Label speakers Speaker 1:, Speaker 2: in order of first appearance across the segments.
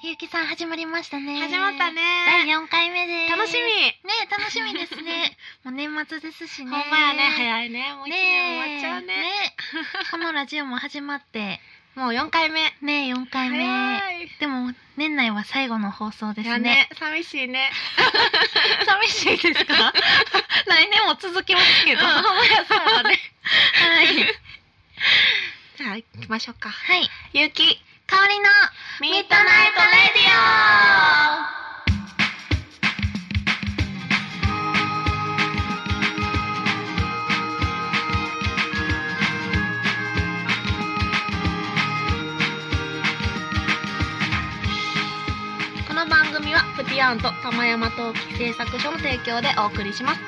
Speaker 1: ゆきさん始まりましたね。
Speaker 2: 始まったね
Speaker 1: 第4回目です。
Speaker 2: 楽しみ
Speaker 1: ね楽しみです ね。もう年末ですしね。
Speaker 2: ほんまやね早いねもう一年終わっちゃうね
Speaker 1: ねこのラジオも始まって、
Speaker 2: もう四回目
Speaker 1: ね4回目。
Speaker 2: 早い
Speaker 1: でも、年内は最後の放送です
Speaker 2: や
Speaker 1: ね。
Speaker 2: ね寂しい ね
Speaker 1: 寂しいです か来年も続きますけど。
Speaker 2: うん
Speaker 1: ほんまやそうだね。はい。
Speaker 2: じゃあ行きましょうか
Speaker 1: はい。
Speaker 2: ゆうき
Speaker 1: 香りの
Speaker 2: ミ
Speaker 1: ッドナイトレデ
Speaker 2: ィオこの番組はプティアンと玉山陶器製作所の提供でお送りします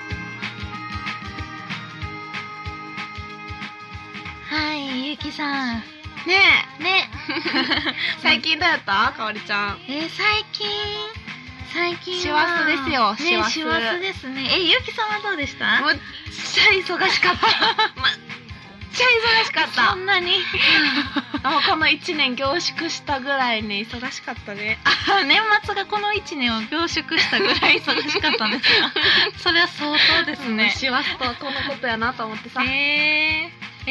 Speaker 1: はい、ゆきさん。
Speaker 2: ね
Speaker 1: ね。
Speaker 2: え最近どうやったかおりちゃん
Speaker 1: えー最近最近は
Speaker 2: 師走ですよ師
Speaker 1: ね
Speaker 2: 走
Speaker 1: 師走ですねえゆうきさんはどうでした
Speaker 2: っちゃ忙しかった まっちゃ忙しか
Speaker 1: そんなに
Speaker 2: もうこの1年凝縮したぐらいね忙しかったね
Speaker 1: 年末がこの1年を凝縮したぐらい忙しかったんです がそれは相当で
Speaker 2: ですすね
Speaker 1: ね
Speaker 2: 師走とはこのことやなと思ってさ、
Speaker 1: えー、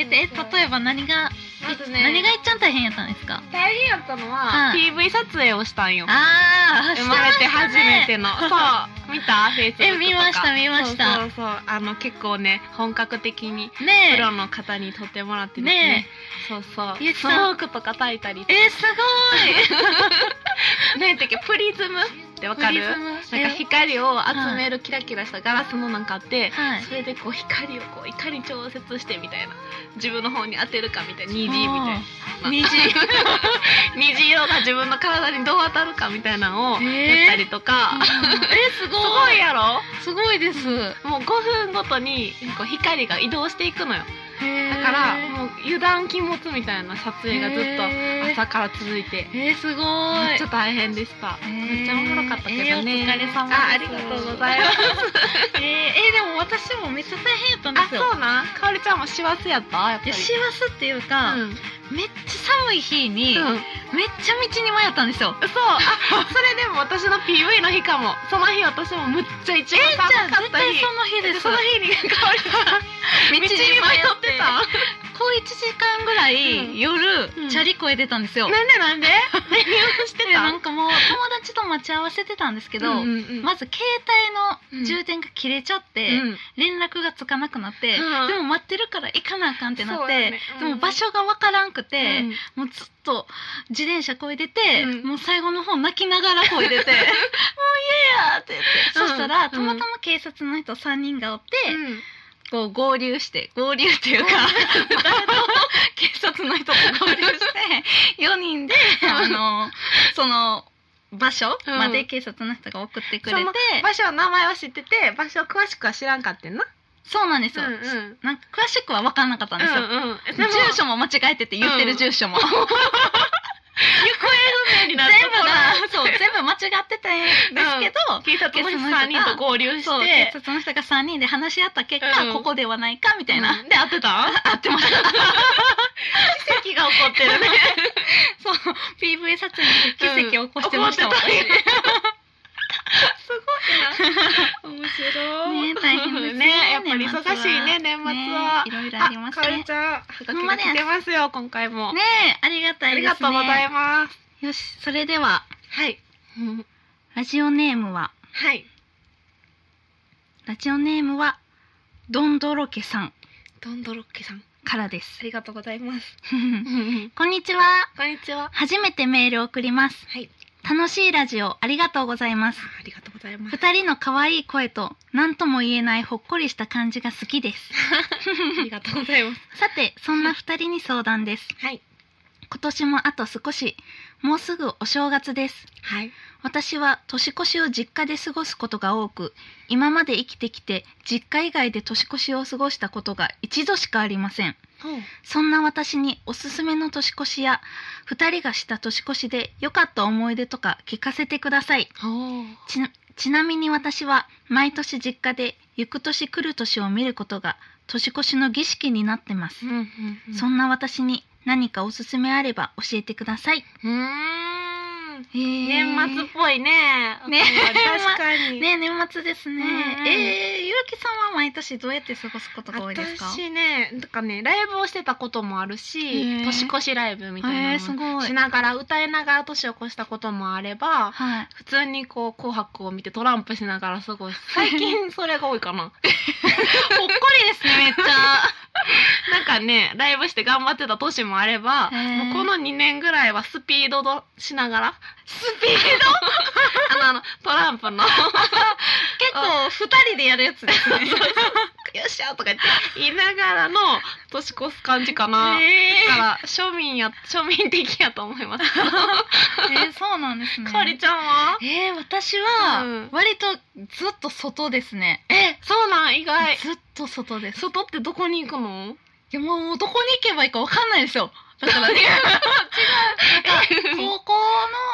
Speaker 1: えでえ例えば何が、
Speaker 2: まずね
Speaker 1: 何がいっちゃん大変やったんですか
Speaker 2: 大変やったのは、
Speaker 1: はい
Speaker 2: PV 撮影をしたんよ
Speaker 1: ああ
Speaker 2: 生まれて初めての、そう見たフェイスブックとか
Speaker 1: え見ました見ました
Speaker 2: そうそうそうあの結構ね本格的に
Speaker 1: ね
Speaker 2: プ
Speaker 1: え
Speaker 2: ロの方に撮ってもらってですね
Speaker 1: ね
Speaker 2: そうそう
Speaker 1: ゆき
Speaker 2: ス
Speaker 1: さ
Speaker 2: モ
Speaker 1: ん
Speaker 2: ークとか焚いたり
Speaker 1: えーすご
Speaker 2: 何やったっけプリズムってわ
Speaker 1: い
Speaker 2: か
Speaker 1: プ
Speaker 2: る
Speaker 1: リズム
Speaker 2: なんか光を集めるキラキラしたガラスのなんかあって、
Speaker 1: はい
Speaker 2: それでこう光をこういかに調節してみたいな自分の方に当てるかみたいな 2G みたいな
Speaker 1: 虹
Speaker 2: 虹色が自分の体にどう当たるかみたいなのを
Speaker 1: へー
Speaker 2: やったりとか、
Speaker 1: うんえすご
Speaker 2: すごいやろ
Speaker 1: すごいです
Speaker 2: もう5分ごとにこう光が移動していくのよだ
Speaker 1: だ
Speaker 2: からもう油断禁物みたいな撮影がずっと
Speaker 1: っ
Speaker 2: 朝から続いて
Speaker 1: えー、すご
Speaker 2: め
Speaker 1: い
Speaker 2: っ ちゃ大変でした
Speaker 1: へー
Speaker 2: めっちゃおもろかったけどね、
Speaker 1: えーお疲れ様です
Speaker 2: あありがとうございます
Speaker 1: えー、えーでも私もめっちゃ大変やったんで
Speaker 2: あ
Speaker 1: すよ
Speaker 2: そうなんかおりちゃんも師走やったやっぱ
Speaker 1: い
Speaker 2: り
Speaker 1: や師走っていうか、
Speaker 2: うん、うん、
Speaker 1: めっちゃ寒い日に、
Speaker 2: そう
Speaker 1: めっちゃ道に迷ったんですよ
Speaker 2: あそれでも私の PV の日かもその日私もむっちゃ一番
Speaker 1: じゃ
Speaker 2: 寒
Speaker 1: あ
Speaker 2: かっ
Speaker 1: 絶
Speaker 2: た
Speaker 1: 対
Speaker 2: 日
Speaker 1: その日です
Speaker 2: その日にかおりちゃん道に迷ってた
Speaker 1: こう1時間ぐらい、
Speaker 2: うん
Speaker 1: 夜、
Speaker 2: うん
Speaker 1: チャリコへ出たんですよ
Speaker 2: なんでなんで何をして
Speaker 1: で
Speaker 2: た
Speaker 1: なんかもう友達と待ち合わせてたんですけど、
Speaker 2: うんうんうん
Speaker 1: まず携帯の充電が切れちゃって、
Speaker 2: うん
Speaker 1: 連絡がつかなくなって、
Speaker 2: うん
Speaker 1: でも待ってるから行かなあかんってなっ
Speaker 2: そうや
Speaker 1: て、
Speaker 2: ねうん
Speaker 1: でも場所がわからんくて、
Speaker 2: うん
Speaker 1: もうずっと自転車こいでて、
Speaker 2: うん
Speaker 1: もう最後の方泣きながらこい でてもう嫌やって言って、
Speaker 2: うん
Speaker 1: そしたらたま
Speaker 2: う
Speaker 1: た
Speaker 2: ん
Speaker 1: ま警察の人3人がおって、
Speaker 2: うん
Speaker 1: こう合流して合流っていうか 誰と警察の人と合流して4人であのその場所まで警察の人が送ってくれて、
Speaker 2: その場所名前は知ってて場所詳しくは知らんかってんな
Speaker 1: そうなんですよ、
Speaker 2: うんうん
Speaker 1: なんか詳しくは分からなかったんですよ、
Speaker 2: うんうん、でも
Speaker 1: 住所も間違えてて言ってる住所も、
Speaker 2: 行方不明
Speaker 1: 全
Speaker 2: に
Speaker 1: 部
Speaker 2: な
Speaker 1: が
Speaker 2: るとこ
Speaker 1: そう
Speaker 2: ろ
Speaker 1: 全部間違ってたんですけど、
Speaker 2: 警察の人3人と合流
Speaker 1: そ
Speaker 2: し
Speaker 1: う
Speaker 2: て
Speaker 1: 警察の人が3人で話し合った結果、
Speaker 2: うん
Speaker 1: ここではないかみたいな、
Speaker 2: で合ってた
Speaker 1: 合ってました
Speaker 2: 奇跡が起こ ってるね
Speaker 1: そう PV 撮影で奇跡を起こしてました、
Speaker 2: うん
Speaker 1: 私
Speaker 2: 起こってたねす ごいな面白い
Speaker 1: ね大変です
Speaker 2: ねやっぱり忙しいね年末
Speaker 1: ね
Speaker 2: は
Speaker 1: いろいろあります
Speaker 2: かお
Speaker 1: ね
Speaker 2: りちゃんはが
Speaker 1: ほ
Speaker 2: き
Speaker 1: ん
Speaker 2: が
Speaker 1: まです
Speaker 2: 来てますよ今回も、
Speaker 1: ねえありがた
Speaker 2: あ
Speaker 1: い
Speaker 2: り
Speaker 1: ですね
Speaker 2: がとうございます
Speaker 1: よしそれでは
Speaker 2: はいうん
Speaker 1: ラジオネームは
Speaker 2: はい
Speaker 1: ラジオネームはどんどろけさん
Speaker 2: どんどろっけさん
Speaker 1: からです
Speaker 2: ありがとうございます
Speaker 1: こんにちは
Speaker 2: こんにちは
Speaker 1: 初めてメールを送ります
Speaker 2: はい
Speaker 1: 楽しいラジオありがとうございます
Speaker 2: ありがとうござい ます
Speaker 1: 二人の可愛い声と何とも言えないほっこりした感じが好きです
Speaker 2: ありがとうございます
Speaker 1: さてそんな二人に相談です
Speaker 2: はい
Speaker 1: 今年もあと少しもうすぐお正月です
Speaker 2: はい
Speaker 1: 私は年越しを実家で過ごすことが多く今まで生きてきて実家以外で年越しを過ごしたことが一度しかありませんそんな私におすすめの年越しや2人がした年越しで良かった思い出とか聞かせてください
Speaker 2: お
Speaker 1: ちなちなみに私は毎年実家で行く年来る年を見ることが年越しの儀式になってます、
Speaker 2: ん
Speaker 1: そんな私に何かおすすめあれば教えてくださいう
Speaker 2: ーん年末っぽいね。
Speaker 1: ね
Speaker 2: 確かに。
Speaker 1: ね年末ですね、
Speaker 2: うんうん
Speaker 1: えー、ゆうきさんは毎年どうやって過ごすことが多いですか
Speaker 2: 私ね、なんかね、ライブをしてたこともある
Speaker 1: へ
Speaker 2: し、
Speaker 1: ー
Speaker 2: 年越しライブみたい
Speaker 1: え
Speaker 2: な
Speaker 1: ー、す
Speaker 2: の
Speaker 1: ご
Speaker 2: をし
Speaker 1: い
Speaker 2: ながら歌いながら年を越したこともあれば、
Speaker 1: はい
Speaker 2: 普通にこう紅白を見てトランプしながら 過ごす。最近それが多いかな。
Speaker 1: ほっこりですねめっちゃ
Speaker 2: なんかね、ライブして頑張ってた年もあれば、
Speaker 1: へー
Speaker 2: もうこの2年ぐらいはスピードどし ながら、
Speaker 1: スピー
Speaker 2: あのあの、トランプの、よ
Speaker 1: ド結構二人でやるやつですね
Speaker 2: っしゃーとか言って言いながらの年越す感じかな。だ
Speaker 1: え
Speaker 2: から庶民や、庶民的やと思います。
Speaker 1: ー、えー、そうなんですね
Speaker 2: かおりちゃんは
Speaker 1: えー、私は
Speaker 2: うん
Speaker 1: 割とずっと外ですね、
Speaker 2: え、そうなん、意外。
Speaker 1: ずっと外です
Speaker 2: 外ってどこに行くの
Speaker 1: いやもうどこに行けばいいかわかんないですよだからね 高校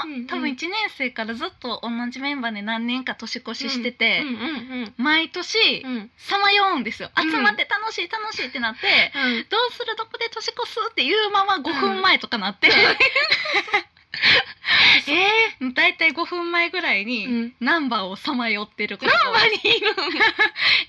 Speaker 2: うんうん
Speaker 1: の多分1年生からずっと同じメンバーで何年か年越ししてて、
Speaker 2: うんうん
Speaker 1: 毎年
Speaker 2: うん。うん。
Speaker 1: さまようんですよ
Speaker 2: うん
Speaker 1: 集まって楽しい楽しいってなって、
Speaker 2: うん
Speaker 1: どうするどこで年越すっていうまま5分前とかなって、 えー、だいたい5分前ぐらいに、
Speaker 2: うん
Speaker 1: ナンバーをさまよってることナンバーにいる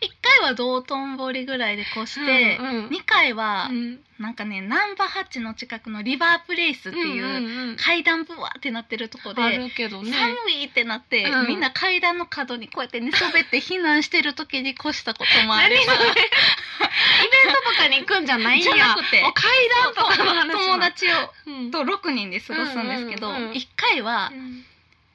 Speaker 1: 一回は道頓堀ぐらいで越して、
Speaker 2: うんうん
Speaker 1: 二回は、
Speaker 2: うん
Speaker 1: なんかねナンバーハッチの近くのリバープレイスっていう、
Speaker 2: うんうん
Speaker 1: 階段ブワーってなってるとこで、
Speaker 2: あるけどね。
Speaker 1: 寒いってなって、
Speaker 2: うん
Speaker 1: みんな階段の角にこうやって寝そべって避難してる時に越したこともあ れば
Speaker 2: 何それイベントとかに行くんじゃないんや
Speaker 1: じゃなくて
Speaker 2: お階段とかの話な
Speaker 1: 友達を
Speaker 2: うん
Speaker 1: と6人で過ごすんですけど、
Speaker 2: う
Speaker 1: 一
Speaker 2: んうんうん
Speaker 1: 1回は
Speaker 2: うん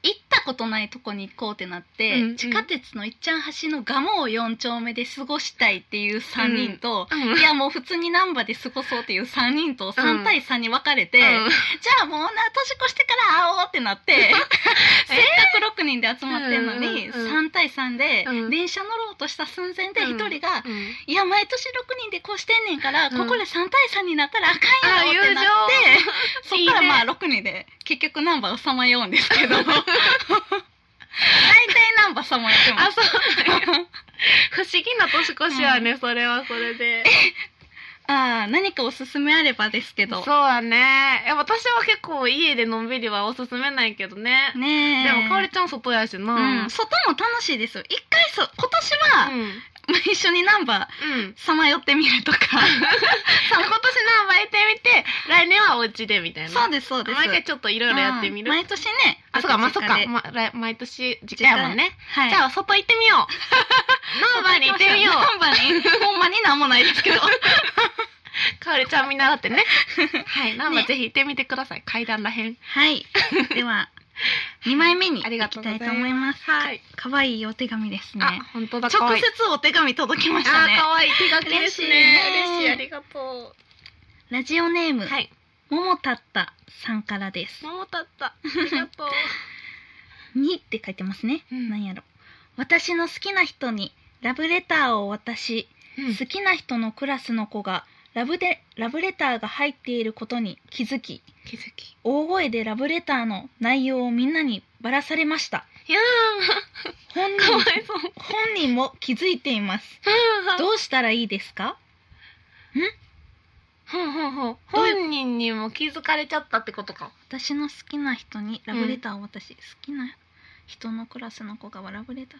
Speaker 1: 行ったことないとこに行こうってなって、
Speaker 2: うんうん
Speaker 1: 地下鉄のいっちゃん橋の蒲生4丁目で過ごしたいっていう3人と、
Speaker 2: うん
Speaker 1: いやもう普通に難波で過ごそうっていう3人と3対3に分かれて、
Speaker 2: うん
Speaker 1: じゃあもうな年越してから会おうってな って せっかく6人で集まってんのに、
Speaker 2: うんうんうん
Speaker 1: 3対3で、
Speaker 2: うん
Speaker 1: 電車乗ろうとした寸前で1人が「
Speaker 2: うん
Speaker 1: いや毎年6人でこうしてんねんから、
Speaker 2: うん
Speaker 1: ここで3対3になったらあかんよ」ってなって そっからまあ6人で結局ナンバーをさまようんですけ ど大体ナンバーさまよってま
Speaker 2: あ
Speaker 1: す。
Speaker 2: そう不思議な年越しはね、それはそれで
Speaker 1: ああ何かおすすめあればですけど
Speaker 2: そう。だねいや私は結構家でのんびりはおすすめないけどね
Speaker 1: ねえ
Speaker 2: でもかおりちゃん外やしな
Speaker 1: うん、外も楽しいですよ一回そう今年は、
Speaker 2: うん
Speaker 1: 一緒にナンバー
Speaker 2: うん
Speaker 1: さまよってみ るとか
Speaker 2: 今年のバイト見て来年はお家でみたいな
Speaker 1: そうですそうです
Speaker 2: 毎回ちょっといろいろやってみる
Speaker 1: うん毎年ね
Speaker 2: あそうかまあそう
Speaker 1: 実
Speaker 2: か
Speaker 1: 家で
Speaker 2: ま来毎年実家やもんね
Speaker 1: はい
Speaker 2: じゃあ外行ってみようノーバーに行ってみよ
Speaker 1: ナンバーにほんまになんもないですけど
Speaker 2: うかおりちゃん見習ってねはいノーバー
Speaker 1: ね
Speaker 2: ぜひ行ってみてください階段らへん
Speaker 1: はいでは二枚目に
Speaker 2: ありが
Speaker 1: 行
Speaker 2: と
Speaker 1: き
Speaker 2: うござ
Speaker 1: たい
Speaker 2: います
Speaker 1: と思います
Speaker 2: はい
Speaker 1: かわいいお手紙ですね
Speaker 2: あ本当だ可
Speaker 1: 直
Speaker 2: 愛い
Speaker 1: 接お手紙届きました
Speaker 2: あ
Speaker 1: ね
Speaker 2: 可愛い手書きですね
Speaker 1: 嬉しいね
Speaker 2: 嬉しいありがと
Speaker 1: ラジオネーム、
Speaker 2: うはい
Speaker 1: ももたったさんからです
Speaker 2: 桃たったありがとう
Speaker 1: にって書いてますね、
Speaker 2: うん
Speaker 1: なんやろ私の好きな人にラブレターを渡し
Speaker 2: うん
Speaker 1: 好きな人のクラスの子がラブでラブレターが入っていることに気づき
Speaker 2: 気づき
Speaker 1: 大声でラブレターの内容をみんなにばらされました
Speaker 2: いや
Speaker 1: 本
Speaker 2: ーかわ
Speaker 1: 人
Speaker 2: いそう
Speaker 1: 本人も気づいていますどうしたらいいですか
Speaker 2: ほんほんほん
Speaker 1: どういう
Speaker 2: 本人にも気づかれちゃったってことか
Speaker 1: 私の好きな人にラブレターを渡し、好きな人のクラスの子がラブレターが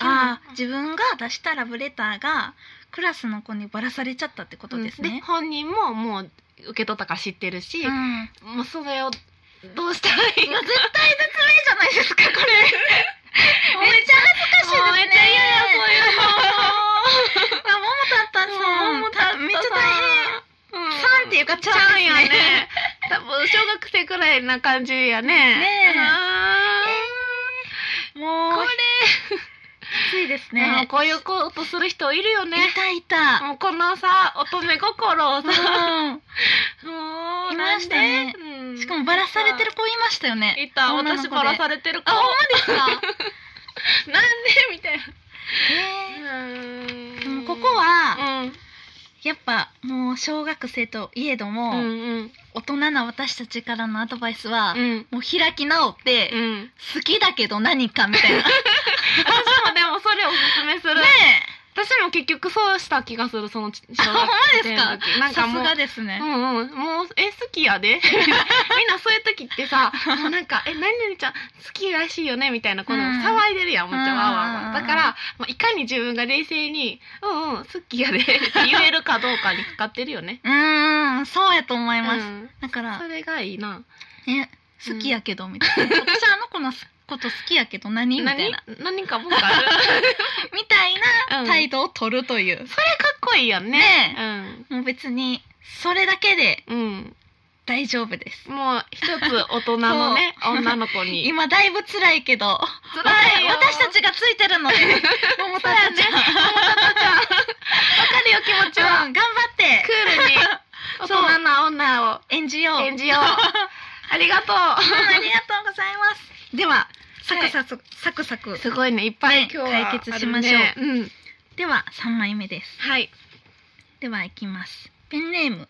Speaker 1: あー自分が出したラブレターがクラスの子にばらされちゃったってことです
Speaker 2: うん
Speaker 1: ね
Speaker 2: で、本人ももう受け取ったから知ってるし、
Speaker 1: うん
Speaker 2: もうそれをどうしたらいい
Speaker 1: いや絶対絶命じゃないですかこれめっちゃ恥ずかしいですね
Speaker 2: もうめっちゃ嫌やそういう
Speaker 1: あももたったさんた
Speaker 2: のもう
Speaker 1: めっちゃ
Speaker 2: 大変
Speaker 1: 大変さんっていうかち
Speaker 2: ち
Speaker 1: ゃ
Speaker 2: ゃ
Speaker 1: ん
Speaker 2: う
Speaker 1: です
Speaker 2: や
Speaker 1: ね
Speaker 2: ね多分小学生くらいな感じやね
Speaker 1: ねえ
Speaker 2: あー
Speaker 1: も
Speaker 2: こ
Speaker 1: う
Speaker 2: れ
Speaker 1: きついです
Speaker 2: ね
Speaker 1: ね
Speaker 2: こういうことする人いるよね
Speaker 1: いたいた
Speaker 2: もうこのさ乙女心をさもう
Speaker 1: いましたね
Speaker 2: なんで
Speaker 1: うんしかもバラされてる子いましたよね
Speaker 2: いた
Speaker 1: 女の子
Speaker 2: 私
Speaker 1: で
Speaker 2: バラされてる子
Speaker 1: あほん
Speaker 2: なん
Speaker 1: まですか
Speaker 2: でみたいな
Speaker 1: へえで
Speaker 2: う
Speaker 1: も
Speaker 2: ん
Speaker 1: ここは
Speaker 2: うん
Speaker 1: やっぱもう小学生といえど
Speaker 2: う
Speaker 1: も、
Speaker 2: ん
Speaker 1: 大人な私たちからのアドバイスは、
Speaker 2: うん
Speaker 1: もう開き直って、
Speaker 2: うん
Speaker 1: 好きだけど何かみたいなね
Speaker 2: 私もでもそれおすすめする
Speaker 1: え
Speaker 2: 私も結局そうした気がするその小学
Speaker 1: あほんまです
Speaker 2: 生
Speaker 1: か
Speaker 2: の時なん
Speaker 1: さ
Speaker 2: か
Speaker 1: す
Speaker 2: もう
Speaker 1: がですね
Speaker 2: う、んうん、もうえ好きや でみんなそういう時ってさもうなんか「え何々ちゃん好きらしいよね」みたいなこの
Speaker 1: うん
Speaker 2: 騒いでるやんもうちゃんわーわーわー
Speaker 1: うん、
Speaker 2: だから、まあ、いかに自分が冷静に「うんうん好きやで」って言えるかどうかにかかってるよね
Speaker 1: うーんそうやと思います、
Speaker 2: うん
Speaker 1: だから
Speaker 2: それがいいな
Speaker 1: ね好きやけどみたいな、私はあの子のこと好きやけど何みたい
Speaker 2: 何
Speaker 1: な
Speaker 2: 何か文句あ る、
Speaker 1: みたいな
Speaker 2: うん
Speaker 1: 態度を取るという、
Speaker 2: それかっこいいやんね
Speaker 1: ねもう別にそれだけで
Speaker 2: うん、うん、
Speaker 1: 大丈夫です
Speaker 2: もう一つ大人のね女の子に
Speaker 1: 今だいぶ辛いけど
Speaker 2: 辛いよ
Speaker 1: わた私たちがついてる ので桃太郎ちゃん、
Speaker 2: わかるよ気持ちは
Speaker 1: うん頑張って
Speaker 2: クー ルに大
Speaker 1: そう
Speaker 2: 人な女を
Speaker 1: 演じよう
Speaker 2: 演じよう ありがと
Speaker 1: うんありがとうございますではサクサク、サクサク
Speaker 2: うすごいねいっぱい
Speaker 1: ね
Speaker 2: 今日は
Speaker 1: 解決しましょう
Speaker 2: あるねうん
Speaker 1: では3枚目です
Speaker 2: はい
Speaker 1: ではいきますペンネーム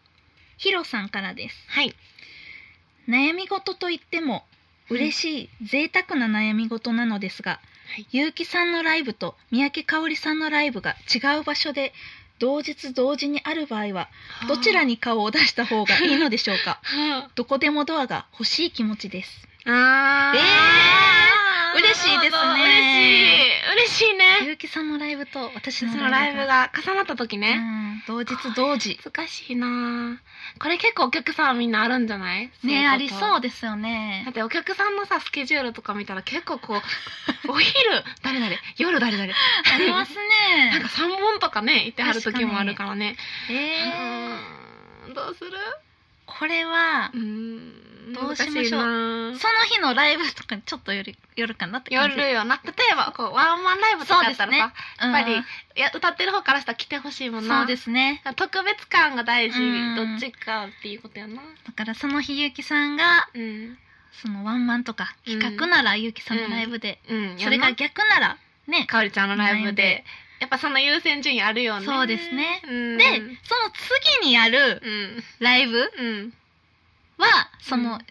Speaker 1: ヒロさんからです
Speaker 2: はい
Speaker 1: 悩み事といっても嬉しい、贅沢な悩み事なのですが、
Speaker 2: はい
Speaker 1: 結城さんのライブと三宅香織さんのライブが違う場所で同日同時にある場合はどちら
Speaker 2: に
Speaker 1: に顔を出した方がいいのでしょう か
Speaker 2: あ
Speaker 1: どこでもドアが欲しい気持ちです
Speaker 2: あー
Speaker 1: えー嬉しいですね
Speaker 2: なるほど嬉しい嬉しいね
Speaker 1: 結城さんのライブと私
Speaker 2: そ
Speaker 1: の
Speaker 2: の
Speaker 1: ラ
Speaker 2: ラ
Speaker 1: イ
Speaker 2: イ
Speaker 1: ブ
Speaker 2: ブ
Speaker 1: が
Speaker 2: が重なった時
Speaker 1: う
Speaker 2: ね
Speaker 1: ん同日同時
Speaker 2: 難しいなこれ結構お客さんみんなあるんじゃない
Speaker 1: ねありそう
Speaker 2: う
Speaker 1: ですよ
Speaker 2: だっ
Speaker 1: ね
Speaker 2: てお客さんのさスケジュールとか見たら結構こうお昼誰 々夜誰々
Speaker 1: あります
Speaker 2: なん
Speaker 1: ね
Speaker 2: か三本とかね行ってはる時もあるからね。う
Speaker 1: えー
Speaker 2: ーんどうする？
Speaker 1: これは
Speaker 2: うーん
Speaker 1: どうしましょう
Speaker 2: ょ
Speaker 1: その日のライブとかにちょっとよりよるかなって
Speaker 2: や
Speaker 1: 感じ
Speaker 2: るよな。例えばこうワンマンライブとかだったらさ、
Speaker 1: そう
Speaker 2: やっぱり、
Speaker 1: うん
Speaker 2: いや歌ってる方からしたら来てほしいもんな。。
Speaker 1: そうですすね
Speaker 2: 特別感が大事、
Speaker 1: うん
Speaker 2: どっちかっていうことやな。
Speaker 1: だからその日ゆうきさんが
Speaker 2: うん。
Speaker 1: そのワンマンとか企画ならゆうきさんのライブで、
Speaker 2: うん。
Speaker 1: それが
Speaker 2: やん
Speaker 1: 逆ならね
Speaker 2: なかおりちゃんのライブ
Speaker 1: ライ
Speaker 2: で、やっぱその優先順位あるよね。
Speaker 1: そうですね
Speaker 2: うん。
Speaker 1: でその次にやる
Speaker 2: うん。
Speaker 1: ライブ
Speaker 2: うん。
Speaker 1: はその、
Speaker 2: うん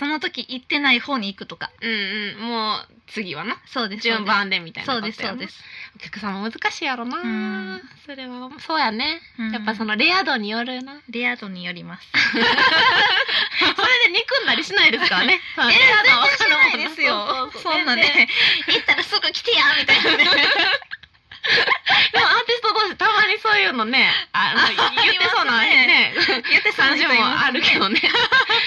Speaker 1: その時行ってない方に行くとか
Speaker 2: うんうん。もう次はな。
Speaker 1: そうです
Speaker 2: 順番でみたいな
Speaker 1: そう
Speaker 2: ことや
Speaker 1: ですそ
Speaker 2: な。
Speaker 1: うです
Speaker 2: お客さんも難しいやろな、
Speaker 1: うん
Speaker 2: それはそうやね、
Speaker 1: うん
Speaker 2: やっぱそのレア度によ るな
Speaker 1: レア度によります
Speaker 2: それで憎んだりしないですからねレ ア
Speaker 1: え全然しないですよ
Speaker 2: そ
Speaker 1: そ
Speaker 2: うんな
Speaker 1: なんん
Speaker 2: で
Speaker 1: で
Speaker 2: でも
Speaker 1: 行ったらすぐ来てやみたいなね
Speaker 2: アーティスト同士たまにそういうのねあの言ってそうなね
Speaker 1: 言って
Speaker 2: 感じもあるけ
Speaker 1: ど
Speaker 2: ど ね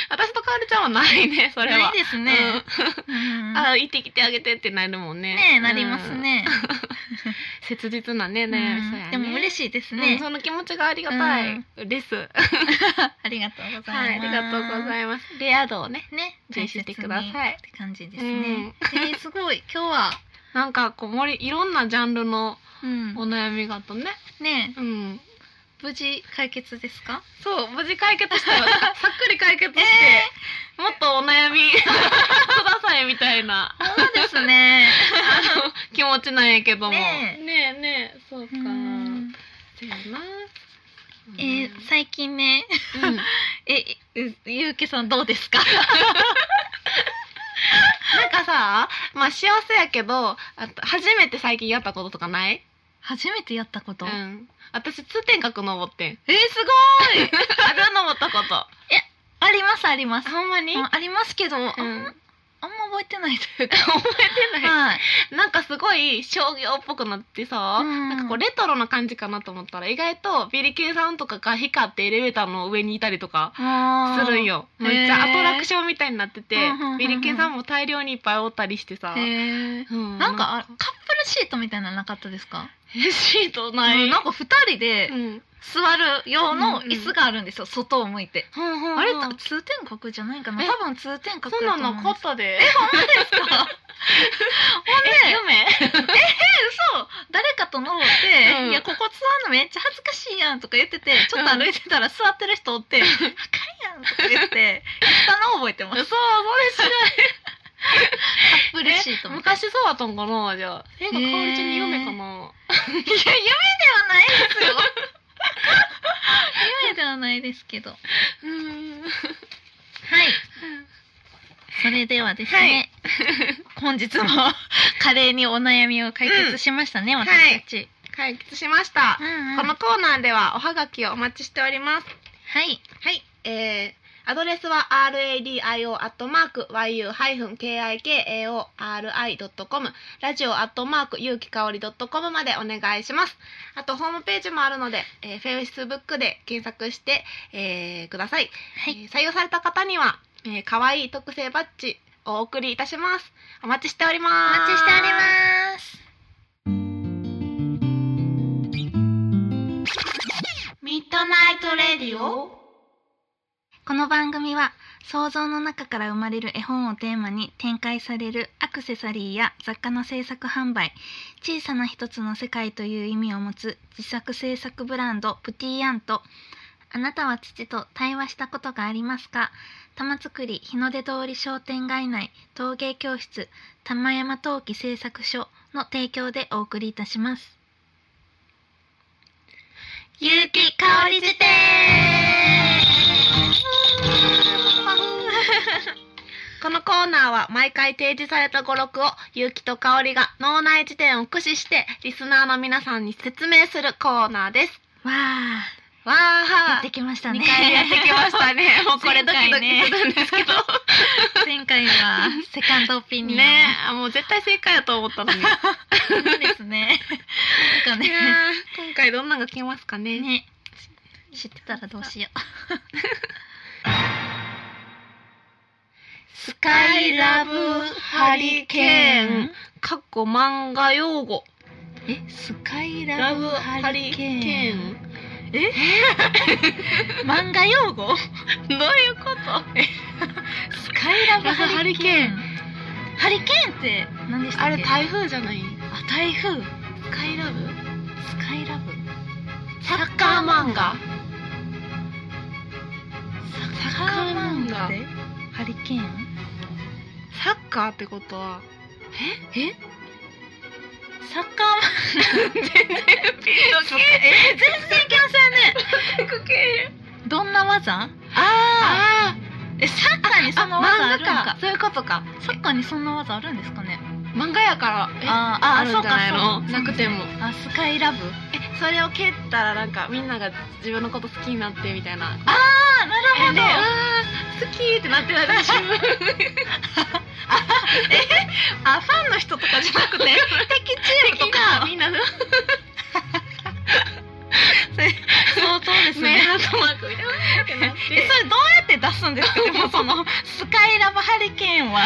Speaker 2: 私とかおりちゃんはないねそれは
Speaker 1: ないですね、
Speaker 2: う
Speaker 1: うん
Speaker 2: んあ行ってきてあげてってなるもんね
Speaker 1: ねえなりますね、
Speaker 2: うん切実なね
Speaker 1: うん
Speaker 2: ね、そうやね
Speaker 1: でも嬉しいです
Speaker 2: うん
Speaker 1: ね、
Speaker 2: その気持ちがありがたい、です
Speaker 1: ありがとうござ
Speaker 2: はい
Speaker 1: い
Speaker 2: あ
Speaker 1: ます、
Speaker 2: りがとうございますレア度をね
Speaker 1: ね
Speaker 2: 重視してくだ
Speaker 1: い
Speaker 2: さい
Speaker 1: っ。て感じですね、えーすごい今日は、
Speaker 2: なんかこう盛りいろんなジャンルの
Speaker 1: うん
Speaker 2: お悩みがあったね。
Speaker 1: ねえ
Speaker 2: うん。
Speaker 1: 無事解決ですか
Speaker 2: そう無事解 決したよ。なんかさっくり解決して、もっとお悩み くださいみたい な
Speaker 1: そうです ね
Speaker 2: 気持ちなんやけども。
Speaker 1: ねえ
Speaker 2: ねえねえそうか。
Speaker 1: うん
Speaker 2: そうやな。
Speaker 1: えー最近ね
Speaker 2: うんうんなん
Speaker 1: えうゆうけさんどうですか
Speaker 2: かさ、まあ幸せやけど、あと初めて最近やったこととかない？
Speaker 1: 初めてやったこと、
Speaker 2: う
Speaker 1: えー
Speaker 2: ん。私通天閣登ってん。
Speaker 1: すごい
Speaker 2: ある登ったこと。
Speaker 1: ありますあります
Speaker 2: ほんまに？
Speaker 1: うんありますけど、あん、あん
Speaker 2: ん
Speaker 1: ま覚えてないというか
Speaker 2: 覚えてない、
Speaker 1: はい
Speaker 2: なんかすごい商業っぽくなってさ、
Speaker 1: うん
Speaker 2: なんかこうレトロな感じかなと思ったら意外とビリケンさんとかが光ってエレベーターの上にいたりとかす
Speaker 1: す
Speaker 2: るんよ
Speaker 1: へー
Speaker 2: めっちゃアトラクションみたいになってて
Speaker 1: うんうんうんうん
Speaker 2: ビリケンさんも大量にいっぱいおったりしてさ、
Speaker 1: へえ
Speaker 2: う
Speaker 1: なんかあカップルシートみたいなのなかったですか
Speaker 2: えシートな
Speaker 1: う
Speaker 2: い
Speaker 1: んなんか二人で
Speaker 2: うん
Speaker 1: 座る用の椅子があるんですよ、外を向いて。
Speaker 2: ほんほんほ
Speaker 1: あ
Speaker 2: ん
Speaker 1: れ通天閣じゃないかな
Speaker 2: え
Speaker 1: 多分通天閣
Speaker 2: そん
Speaker 1: だ
Speaker 2: な
Speaker 1: と思
Speaker 2: の
Speaker 1: う
Speaker 2: 買
Speaker 1: んです
Speaker 2: ったで
Speaker 1: けどほんで
Speaker 2: え夢
Speaker 1: 嘘誰かと飲んで、
Speaker 2: うん
Speaker 1: いやここ座るのめっちゃ恥ずかしいやんとか言っててちょっと歩いてたら座ってる人おって「あかんやん」とか 言って言ったのを覚えてま
Speaker 2: そう
Speaker 1: す
Speaker 2: それ
Speaker 1: カップル
Speaker 2: 知
Speaker 1: シートみた
Speaker 2: らんえ
Speaker 1: い
Speaker 2: 昔そうだったんかなじゃあえがかおりちゃんに夢かな、
Speaker 1: ないや夢ではないです よ夢ではないですけどは
Speaker 2: うん
Speaker 1: いそれではですね、 本日もカレーにお悩みを解決しましたね、
Speaker 2: い
Speaker 1: 私たち、
Speaker 2: カ解決しました
Speaker 1: う、んうん
Speaker 2: このコーナーではおはがきをお待ちしております
Speaker 1: はい
Speaker 2: はい、えー、アドレスは radio アットマーク yu ハイフン kikaori ドットコムラジオアットマーク有機香りドットコムまでお願いします。あとホームページもあるので、えー、フェイスブックで検索して、えー、ください。
Speaker 1: はい
Speaker 2: えー採用された方には、えー、可愛い特製バッジをお送りいたします。お待ちしており
Speaker 1: お
Speaker 2: ます。
Speaker 1: 待ちしております
Speaker 2: ミッドナイトレディオ。
Speaker 1: この番組は想像の中から生まれる絵本をテーマに展開されるアクセサリーや雑貨の制作販売小さな一つの世界という意味を持つ自作制作ブランドプティーアンとあなたは父と対話したことがありますか玉造り日の出通り商店街内陶芸教室玉山陶器製作所の提供でお送りいたします。有機香り辞典
Speaker 2: このコーナーは毎回提示された語録を勇気と香りが脳内辞典を駆使してリスナーの皆さんに説明するコーナーです。
Speaker 1: わあ
Speaker 2: わ
Speaker 1: やっ
Speaker 2: あ
Speaker 1: て、きましたね
Speaker 2: 2回やってきました ね。もうこれドキ
Speaker 1: 前
Speaker 2: ド
Speaker 1: 回
Speaker 2: キ
Speaker 1: ね
Speaker 2: するんですけど。
Speaker 1: 前回はセカンドオピニオン、
Speaker 2: ねえ、もう絶対正解やと思 ったのに。いや
Speaker 1: そうですねなんか
Speaker 2: ー
Speaker 1: ね
Speaker 2: 今回どんなのが来ますかね。
Speaker 1: ね知ってたらどうしよう
Speaker 2: ス
Speaker 1: カ
Speaker 2: カ
Speaker 1: イ
Speaker 2: イ
Speaker 1: ラ
Speaker 2: ラ
Speaker 1: ブ
Speaker 2: ブ
Speaker 1: ハ
Speaker 2: ハ
Speaker 1: リ
Speaker 2: リ
Speaker 1: ケ
Speaker 2: ケ
Speaker 1: ー
Speaker 2: ー
Speaker 1: ン
Speaker 2: ン。かっこ漫画用語。
Speaker 1: えスカイ
Speaker 2: ラブハリケーン。
Speaker 1: 漫画用語
Speaker 2: どういうこと
Speaker 1: スカイラブハリケーンハリケーンって何でした
Speaker 2: あ
Speaker 1: っけ
Speaker 2: れ台風じゃない
Speaker 1: あ台風
Speaker 2: スカイラブ
Speaker 1: スカイラブ
Speaker 2: サッカー漫画
Speaker 1: サ
Speaker 2: ッカー漫画
Speaker 1: でハリケーン
Speaker 2: サッカーってことは
Speaker 1: えサッカー
Speaker 2: え
Speaker 1: え全然いけませんね
Speaker 2: ク系
Speaker 1: どんな技あ
Speaker 2: あ
Speaker 1: えサッカーに
Speaker 2: ーあ
Speaker 1: そんな
Speaker 2: 漫
Speaker 1: 技ある
Speaker 2: 画
Speaker 1: んか
Speaker 2: かそういうことか
Speaker 1: サッカーにそんな技あるんですかね
Speaker 2: 漫画やからえ
Speaker 1: あー
Speaker 2: あるんじゃないの
Speaker 1: そうかそうか
Speaker 2: なくても
Speaker 1: あスカイラブ
Speaker 2: えそれを蹴ったらなんかみんなが自分のこと好きになってみたいな
Speaker 1: あな
Speaker 2: であー好きってなってない自分
Speaker 1: あファンの人とかじゃなくて 敵チームと
Speaker 2: 的な
Speaker 1: か
Speaker 2: みんなの
Speaker 1: そうそうです
Speaker 2: 目
Speaker 1: ね
Speaker 2: ハートマークみたいなってなっ
Speaker 1: えそれ
Speaker 2: て
Speaker 1: どうやって出すん ですかでもそのスカイラブハリケーンは
Speaker 2: え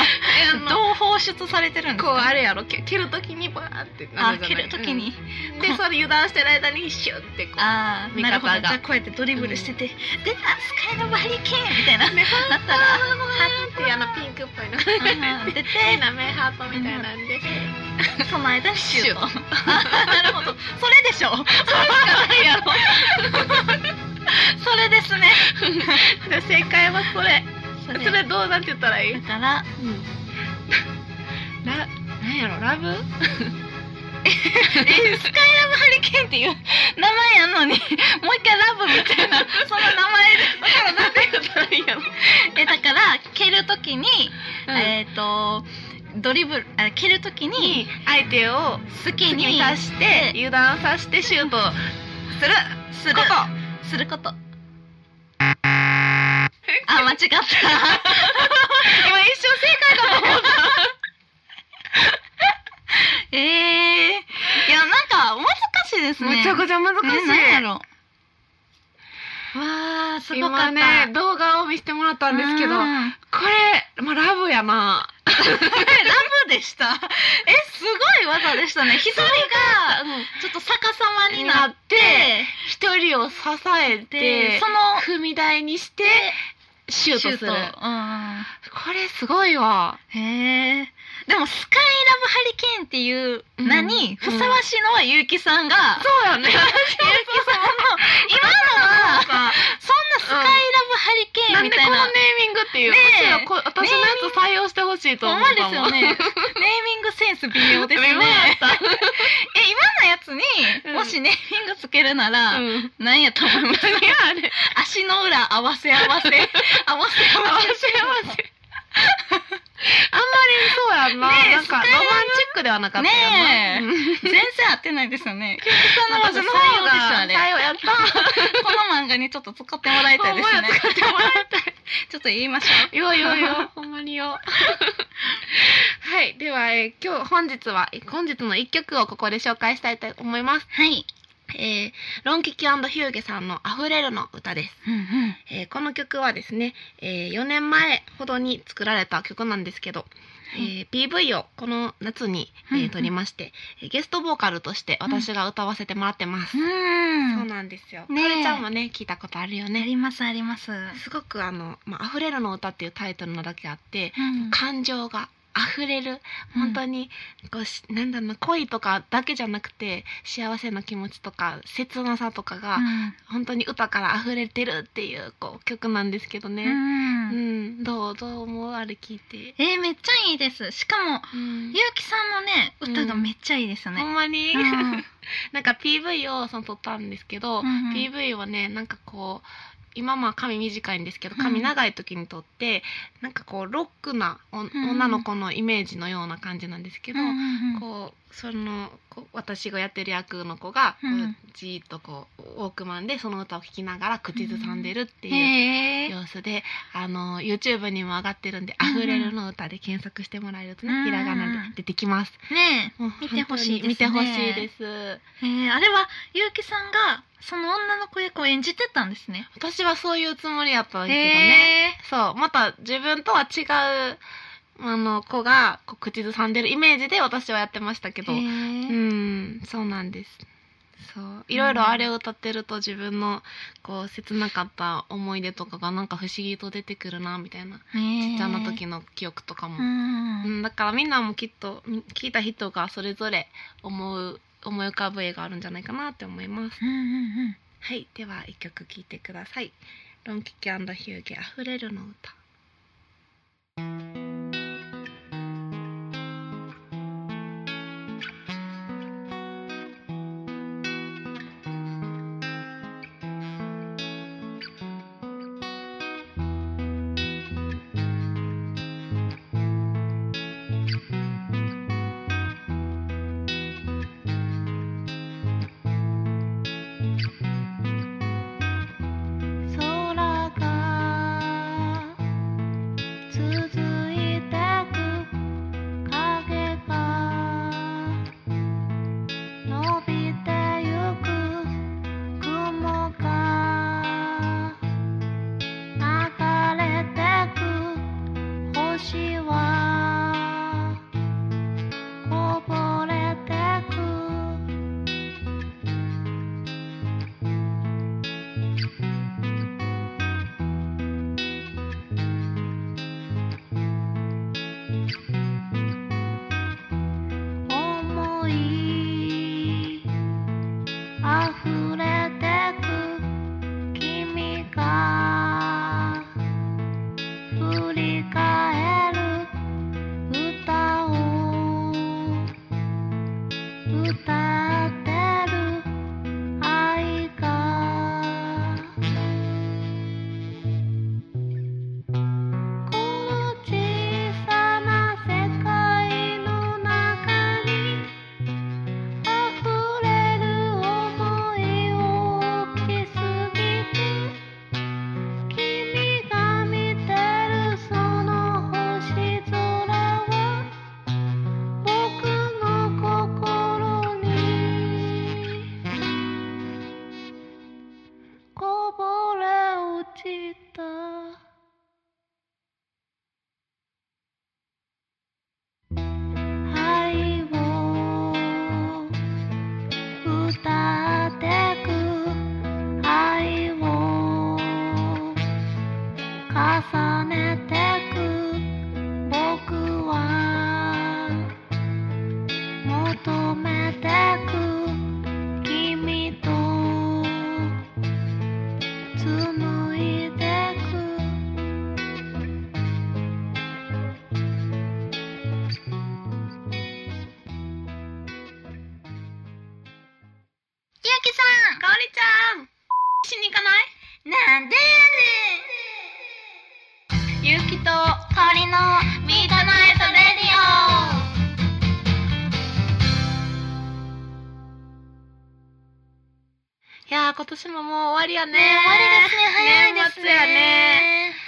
Speaker 2: あの
Speaker 1: どう放出されてるんです
Speaker 2: こう
Speaker 1: か
Speaker 2: あれやろ蹴蹴るときにバーってな
Speaker 1: あ
Speaker 2: るじゃ
Speaker 1: 蹴
Speaker 2: ない
Speaker 1: るときに、
Speaker 2: うんでそれ油断してる間にシュッてこ う
Speaker 1: ああ
Speaker 2: 味
Speaker 1: なる
Speaker 2: 方
Speaker 1: ほ
Speaker 2: が
Speaker 1: どじゃあこうやってドリブルしてて、出たスカイラブハリケーンみたいな
Speaker 2: ね
Speaker 1: なったら
Speaker 2: ハートってあのピンクっぽいのが
Speaker 1: 出て
Speaker 2: 変な目ハートみたいなんで
Speaker 1: その間にシュート。
Speaker 2: シュ
Speaker 1: なるほど、それでしょ。それしかないやろ。それですね。
Speaker 2: で 正解はそれ
Speaker 1: そ
Speaker 2: それどうなんて言ったらいい
Speaker 1: だから
Speaker 2: ラなんやろラブ
Speaker 1: えスカイラブハリケーンっていう名前やのにもう 一回ラブみた いなその名前で。
Speaker 2: なんて言ったらいいやろ
Speaker 1: えだから蹴るときに、えっ、とドリブルあ蹴るときに
Speaker 2: に相手を
Speaker 1: 好き
Speaker 2: に
Speaker 1: に
Speaker 2: 刺して油断させてシュートする
Speaker 1: する
Speaker 2: こと
Speaker 1: すること。あ間違 った。
Speaker 2: 今一生正解だと思 った
Speaker 1: ええいやなんか難しいですね。
Speaker 2: めちゃくちゃ難し
Speaker 1: ね
Speaker 2: い、
Speaker 1: なんやろわあすごかった
Speaker 2: 今ね動画を見せてもらったんですけど
Speaker 1: うん
Speaker 2: これ、まあ、ラブやな
Speaker 1: これラブでしたえすごい技でしたね一人がちょっと逆さまになって
Speaker 2: 一人を支え
Speaker 1: で
Speaker 2: て
Speaker 1: その
Speaker 2: 踏み台にしてシュートする
Speaker 1: うん
Speaker 2: これすごいわ
Speaker 1: へえでもスカイラブハリケーンっていう
Speaker 2: うん
Speaker 1: 名にふさわしいのは結城さんが、
Speaker 2: そうやね
Speaker 1: 結城さんの今のはそんなスカイラブハリケー
Speaker 2: な
Speaker 1: ン
Speaker 2: ん
Speaker 1: み
Speaker 2: で
Speaker 1: た
Speaker 2: こ
Speaker 1: い
Speaker 2: の
Speaker 1: な
Speaker 2: ネーミングっていう、
Speaker 1: ねえ
Speaker 2: むしろこ私のやつ採用してほしいと
Speaker 1: ほ
Speaker 2: 思
Speaker 1: ん
Speaker 2: う
Speaker 1: まです
Speaker 2: かも
Speaker 1: よ ね。ネーミングセンス微妙 ですね。え、
Speaker 2: 微
Speaker 1: 今の
Speaker 2: 妙や
Speaker 1: やつに、
Speaker 2: うん
Speaker 1: もしネーミングつけるな
Speaker 2: う
Speaker 1: ら、
Speaker 2: ん
Speaker 1: なんやと思います。
Speaker 2: 何やあれ
Speaker 1: 足の裏合わせ合わ せ。合わせ合
Speaker 2: 合わ
Speaker 1: わ
Speaker 2: せ
Speaker 1: せ。
Speaker 2: 合わせあんまりそうやんな,、
Speaker 1: ねえ
Speaker 2: なんか
Speaker 1: スカ
Speaker 2: ロマン
Speaker 1: イラブ
Speaker 2: チクではなかった
Speaker 1: ねえ
Speaker 2: よなうん
Speaker 1: 全然合ってないですよね。結局あの
Speaker 2: 私
Speaker 1: 技採
Speaker 2: の
Speaker 1: 用
Speaker 2: 方
Speaker 1: で
Speaker 2: が
Speaker 1: したあれ。
Speaker 2: 最後やった
Speaker 1: この漫画にちょっと使ってもらいたいです
Speaker 2: ほん
Speaker 1: ね
Speaker 2: まや使ってもらいたい
Speaker 1: ちょっと言いましょう
Speaker 2: よいよいよ ほんまによはいでは、えー今日本日は本日の一曲をここで紹介したいと思います
Speaker 1: はい、
Speaker 2: えー、ロンキキヒューゲさんの「あふれる」の歌です、
Speaker 1: うんうん、
Speaker 2: えーこの曲はですね、え4年前ほどに作られた曲なんですけど、えー PV をこの夏に、えー
Speaker 1: うんうん
Speaker 2: 撮りまして、えーゲストボーカルとして私が歌わせてもらってます、
Speaker 1: うん
Speaker 2: そうなんですよ。
Speaker 1: ねえ
Speaker 2: かれちゃんもね聞いたことあるよ
Speaker 1: あ
Speaker 2: ね。
Speaker 1: りますあります、
Speaker 2: すごくあのまあ溢れるの歌っていうタイトルのだけあって、
Speaker 1: うん
Speaker 2: 感情が溢れる
Speaker 1: うん
Speaker 2: 本当にこうし、なんだろうな恋とかだけじゃなくて幸せな気持ちとか切なさとかが本当に歌から溢れてるっていうこう曲なんですけど
Speaker 1: う
Speaker 2: ね。うんん、
Speaker 1: うん
Speaker 2: どうどう思うあれ聞いて。
Speaker 1: えーめっちゃいいですしかも
Speaker 2: う
Speaker 1: ゆ
Speaker 2: ん
Speaker 1: うきさんのね歌がめっちゃいいですよ
Speaker 2: ほ
Speaker 1: ね、
Speaker 2: んまに、
Speaker 1: うん
Speaker 2: なんか PV をその撮ったんですけど、
Speaker 1: うんうん
Speaker 2: PV はねなんかこう今まあ髪短いんですけど
Speaker 1: うん
Speaker 2: 髪長い時に撮って、なんかこうロックなお
Speaker 1: ん
Speaker 2: 女の子のイメージのような感じなんですけど、
Speaker 1: うんうんうん
Speaker 2: こうそのこう私がやってる役の子がこう、
Speaker 1: うん
Speaker 2: じーっとこうウォークマンでその歌を聴きながら口ずさんでるっていう
Speaker 1: へえ
Speaker 2: 様子で、あの YouTube にも上がってるんで「
Speaker 1: うん
Speaker 2: あ
Speaker 1: うん
Speaker 2: ふれる」の歌で検索してもらえるとね、
Speaker 1: うん
Speaker 2: ひらがなで出てきます。
Speaker 1: ね
Speaker 2: もう
Speaker 1: 見てほしいですね
Speaker 2: 本当に見てほしいです。
Speaker 1: えへーあれはゆうきさんがその女の子役を演じてたんですね
Speaker 2: 私はそういうつもりやったんですけどね。
Speaker 1: へ
Speaker 2: そう、また自分とは違う、あの、子がこう口ずさんでるイメージで私はやってましたけ
Speaker 1: え
Speaker 2: ど。
Speaker 1: へ
Speaker 2: う
Speaker 1: ー
Speaker 2: ん、そうなんです。そう、いろいろあれを歌ってると自分のこう切なかった思い出とかがなんか不思議と出てくるな、みたいな。ちっちゃな時の記憶とか
Speaker 1: う
Speaker 2: も。
Speaker 1: ん
Speaker 2: うん、だからみんなもきっとみ聞いた人がそれぞれ思う、思い浮かぶ絵があるんじゃないかなって思います。
Speaker 1: うんうんうん
Speaker 2: はい、では一曲聴いてください。ロンキキヒューゲあふれるの歌。空が続いてく影が伸びてゆく雲が流れてく星はこぼれてく思い溢れてく君が振り返る歌を歌ってる愛がこの小さな世界の中に溢れる想い大きすぎて君が見てるその星空は僕の心にこぼれ落ちた愛を歌ってく愛を重ねてく僕は求めてく君と紡いでく
Speaker 1: ゆうきさん
Speaker 2: かおりちゃんしに行かない
Speaker 1: なんで
Speaker 2: ゆうき
Speaker 1: やねん
Speaker 2: と
Speaker 1: 香りの
Speaker 2: ミートナイトレディ年ももう終わりやね
Speaker 1: ねえ終わりですね早いですね
Speaker 2: 年末やね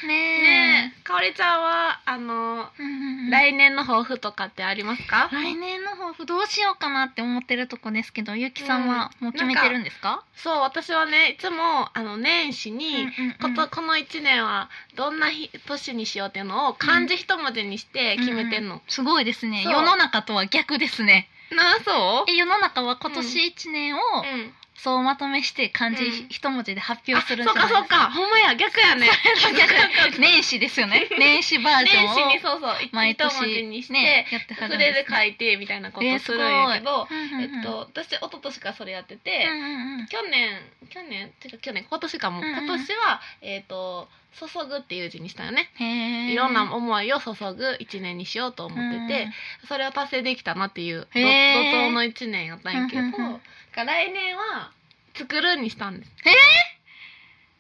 Speaker 1: ね
Speaker 2: ねえかおりちゃんはあの、
Speaker 1: えうんうんうん
Speaker 2: 来年の抱負とかってありますか
Speaker 1: 来年の抱負どうしようかなって思ってるとこですけどゆきさんはもう決めてるんですか,
Speaker 2: そう私はねいつもあの年始
Speaker 1: うん、う
Speaker 2: に
Speaker 1: んうん、
Speaker 2: ことこの1年はどんな日年にしようっていうのを漢字一文字にして決めてんの、
Speaker 1: すごいですね
Speaker 2: そう
Speaker 1: 世の中とは逆ですね
Speaker 2: なあそう
Speaker 1: え世の中は今年一年を
Speaker 2: うん
Speaker 1: そうまとめして漢字
Speaker 2: うん
Speaker 1: 一文字で発
Speaker 2: あ
Speaker 1: 表するんじ
Speaker 2: そ
Speaker 1: ゃな
Speaker 2: う
Speaker 1: い
Speaker 2: か
Speaker 1: です
Speaker 2: そうかほんまや逆やね
Speaker 1: 逆年始ですよ ね年始バージョン
Speaker 2: 年
Speaker 1: を
Speaker 2: 始にそうそう一
Speaker 1: 毎
Speaker 2: 文字に
Speaker 1: 年
Speaker 2: して、
Speaker 1: ねやってはるん
Speaker 2: 筆
Speaker 1: で
Speaker 2: です
Speaker 1: ね
Speaker 2: 書いてみたいなこと
Speaker 1: えー
Speaker 2: す
Speaker 1: すご
Speaker 2: る
Speaker 1: い
Speaker 2: んやけど、
Speaker 1: うんうんうん
Speaker 2: えっと私一昨年からそれやってて、
Speaker 1: うんうんうん
Speaker 2: 去年去年てか去年今年かも、
Speaker 1: うんうん
Speaker 2: 今年はえっ、と注ぐっていう字にしたよね、
Speaker 1: へえ
Speaker 2: いろんな思いを注ぐ一年にしようと思ってて、それを達成できたなっていうど怒
Speaker 1: へー
Speaker 2: 涛の一年やったんやけど、
Speaker 1: うんうんうん
Speaker 2: が来年は作るにしたんです。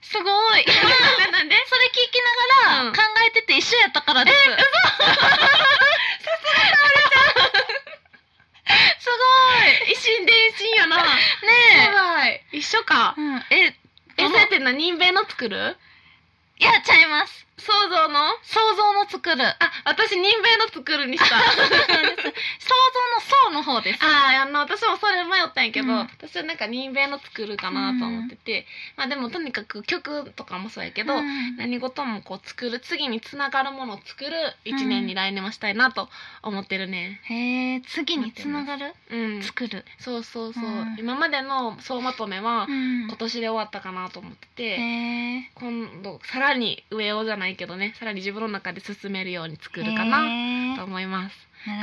Speaker 1: すごいそれ
Speaker 2: なんで？
Speaker 1: 聞きなが
Speaker 2: う
Speaker 1: ら
Speaker 2: ん
Speaker 1: 考えてて一緒やったからですえ嘘
Speaker 2: 一心伝心やな。や
Speaker 1: すごいね
Speaker 2: ばい。一緒か
Speaker 1: え。うんえ
Speaker 2: え、
Speaker 1: ど
Speaker 2: そ
Speaker 1: の
Speaker 2: うやって何人弁の作る？
Speaker 1: いやちゃいます
Speaker 2: 想像の？あ、
Speaker 1: 想像の作る
Speaker 2: 私人弁の作るにした。
Speaker 1: 想像の層の方です
Speaker 2: あーあの私もそれ迷ったんやけど、
Speaker 1: うん
Speaker 2: 私はなんか人弁の作るかなと思ってて、まあでもとにかく曲とかもそうやけど、
Speaker 1: うん
Speaker 2: 何事もこう作る次につながるものを作る一年に来年はしたいなと思ってるね
Speaker 1: へえ次につながる
Speaker 2: うん
Speaker 1: 作る
Speaker 2: そうそうそう、
Speaker 1: うん
Speaker 2: 今までの総まとめは
Speaker 1: うん
Speaker 2: 今年で終わったかなと思ってて、
Speaker 1: へえ
Speaker 2: 今度さらに上をじゃないけどねさらに自分の中で進めるように作
Speaker 1: 作
Speaker 2: るかなと思います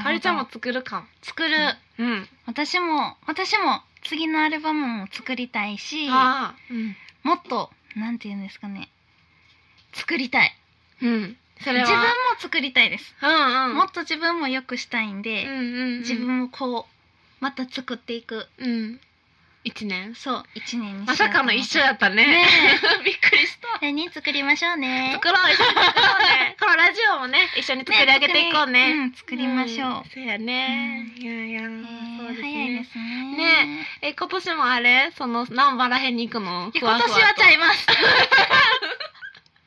Speaker 2: かおりちゃんも作るか
Speaker 1: 作る
Speaker 2: うん、
Speaker 1: 私も私も次のアルバムも作りたいし
Speaker 2: ああうん
Speaker 1: もっとなんて言うんですかね作りたい
Speaker 2: うんそれは
Speaker 1: 自分も作りたいです、
Speaker 2: うんうん
Speaker 1: もっと自分も良くしたいんで、
Speaker 2: うんうんうん
Speaker 1: 自分をこうまた作っていく
Speaker 2: うん一年
Speaker 1: そう一年に
Speaker 2: まさかの一緒
Speaker 1: 緒
Speaker 2: やったね
Speaker 1: ね
Speaker 2: びっくりした
Speaker 1: 来年作りましょうね
Speaker 2: 作ろう一緒に作ろうね このラジオもね一緒に作り上げていこうね
Speaker 1: 作り,、うん、作りましょう、
Speaker 2: んそうやね、いやいや、
Speaker 1: えー
Speaker 2: そうですね
Speaker 1: 早いですね
Speaker 2: ねえ今年もあれその南原辺に行くの
Speaker 1: いや今年はちゃい
Speaker 2: ま
Speaker 1: ます。ちょっともうみん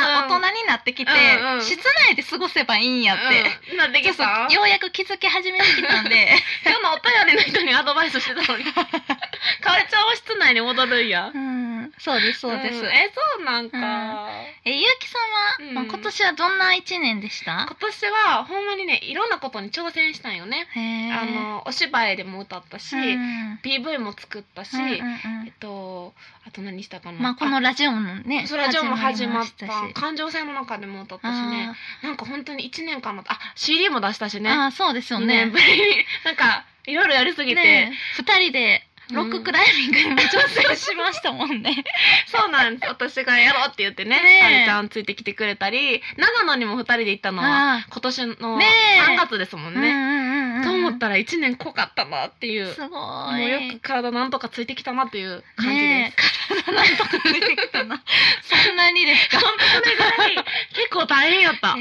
Speaker 1: な
Speaker 2: うん
Speaker 1: 大人になってきて、
Speaker 2: うんうん
Speaker 1: 室内で過ごせばいいんやって、
Speaker 2: うん、なんできた
Speaker 1: ようやく気づき始めてきたん で
Speaker 2: 今日のお便りの人にアドバイスしてたの にかおりちゃんは室内に戻るんや
Speaker 1: うんそうですそうです、
Speaker 2: ん
Speaker 1: え
Speaker 2: えそうなんか、
Speaker 1: うんえゆうきさんは、
Speaker 2: うん
Speaker 1: まあ今年はどんな一年でした
Speaker 2: 今年はほんまにねいろんなことに挑戦したんよね、
Speaker 1: へえ
Speaker 2: あのお芝居でも歌ったし、
Speaker 1: うん
Speaker 2: PV も作ったし、
Speaker 1: うんうんう
Speaker 2: えっ
Speaker 1: ん
Speaker 2: とあと何したかな
Speaker 1: まあこのラジオも
Speaker 2: あ
Speaker 1: ね
Speaker 2: それはジョンも始まっ
Speaker 1: したし
Speaker 2: 感情線の中でも歌ったしね
Speaker 1: あ
Speaker 2: なんか本当に1年間のあ CD も出したし
Speaker 1: ー、
Speaker 2: ね
Speaker 1: あーそうですよ
Speaker 2: 2
Speaker 1: ね
Speaker 2: 年ぶりになんかいろいろやりすぎて、
Speaker 1: ね二人でロッククライミングにも挑戦しましたもんね
Speaker 2: そうなんです私がやろうって言ってね
Speaker 1: ねえ
Speaker 2: かりちゃんついてきてくれたり長野にも2人で行ったのは
Speaker 1: あ
Speaker 2: 今年の3
Speaker 1: ねえ
Speaker 2: 月ですも
Speaker 1: あ
Speaker 2: ん
Speaker 1: ー、
Speaker 2: ね。
Speaker 1: うんうんうんうん
Speaker 2: と思ったら1年濃かったなっていう
Speaker 1: すごい
Speaker 2: もうよく体なんとかついてきたなっていう感じで
Speaker 1: ね
Speaker 2: す。
Speaker 1: え体なんとか出てきた なそんなにですか
Speaker 2: 本当それぐらい結構大変やった。
Speaker 1: え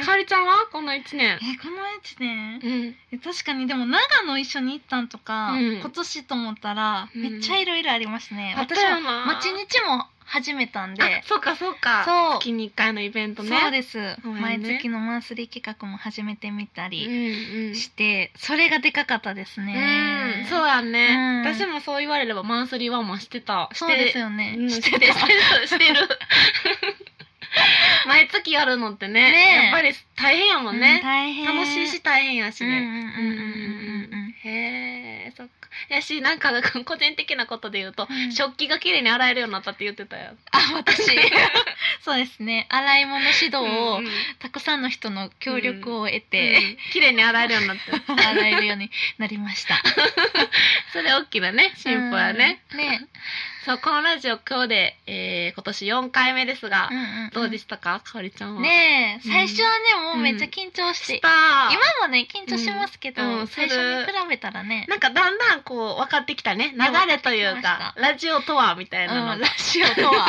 Speaker 1: ー
Speaker 2: かおりちゃんはこの1年
Speaker 1: え。この1年
Speaker 2: うん。
Speaker 1: え確かにでも長野一緒に行ったんとか、
Speaker 2: うん
Speaker 1: 今年と思ったら
Speaker 2: うん
Speaker 1: めっちゃいろいろありますね、
Speaker 2: あった
Speaker 1: 私
Speaker 2: よ
Speaker 1: は
Speaker 2: な
Speaker 1: 町日も始めたんで
Speaker 2: あ、そうかそうか。
Speaker 1: そう
Speaker 2: 月に1回のイベントね。
Speaker 1: そう
Speaker 2: で
Speaker 1: です、
Speaker 2: ごめ
Speaker 1: 毎
Speaker 2: んね
Speaker 1: 月のマンスリー企画も始めてみた
Speaker 2: う
Speaker 1: り
Speaker 2: んうん。
Speaker 1: して、それがでかかったですね
Speaker 2: うん、そうやね、
Speaker 1: うん
Speaker 2: 私もそう言われればマンスリーワンもしてた。して
Speaker 1: そうですよね、
Speaker 2: うん、し て
Speaker 1: して
Speaker 2: る
Speaker 1: て
Speaker 2: してる 毎月やるのってね
Speaker 1: ねえ
Speaker 2: やっぱり大変やもん
Speaker 1: うん
Speaker 2: ね、
Speaker 1: 大変
Speaker 2: 楽しいし大変やし
Speaker 1: うんうんうん
Speaker 2: ね、
Speaker 1: うんうんうん
Speaker 2: へえそっかやしなんか 個人的なことで言うと、
Speaker 1: うん
Speaker 2: 食器が綺麗に洗えるようになったって言ってたよ
Speaker 1: あ私 そうですね洗い物指導を
Speaker 2: うんうん
Speaker 1: たくさんの人の協力を得
Speaker 2: う
Speaker 1: て、
Speaker 2: ん綺麗に洗えるようになって
Speaker 1: 洗えるようになりました
Speaker 2: それ大きなね進歩やね、
Speaker 1: うんね、
Speaker 2: そうこのラジオ今日で、えー今年4回目ですが、
Speaker 1: んん
Speaker 2: どうでしたかかおりちゃんは
Speaker 1: ねえ
Speaker 2: うん
Speaker 1: 最初はねもうめっちゃ緊張して、
Speaker 2: した今
Speaker 1: 今もね緊張しますけど、
Speaker 2: うんうんする
Speaker 1: 最初に比べたらね
Speaker 2: なんかだんだんこう分かってきたね流れというか
Speaker 1: う
Speaker 2: ラジオとはみたいなの
Speaker 1: うん
Speaker 2: が
Speaker 1: ラジオとは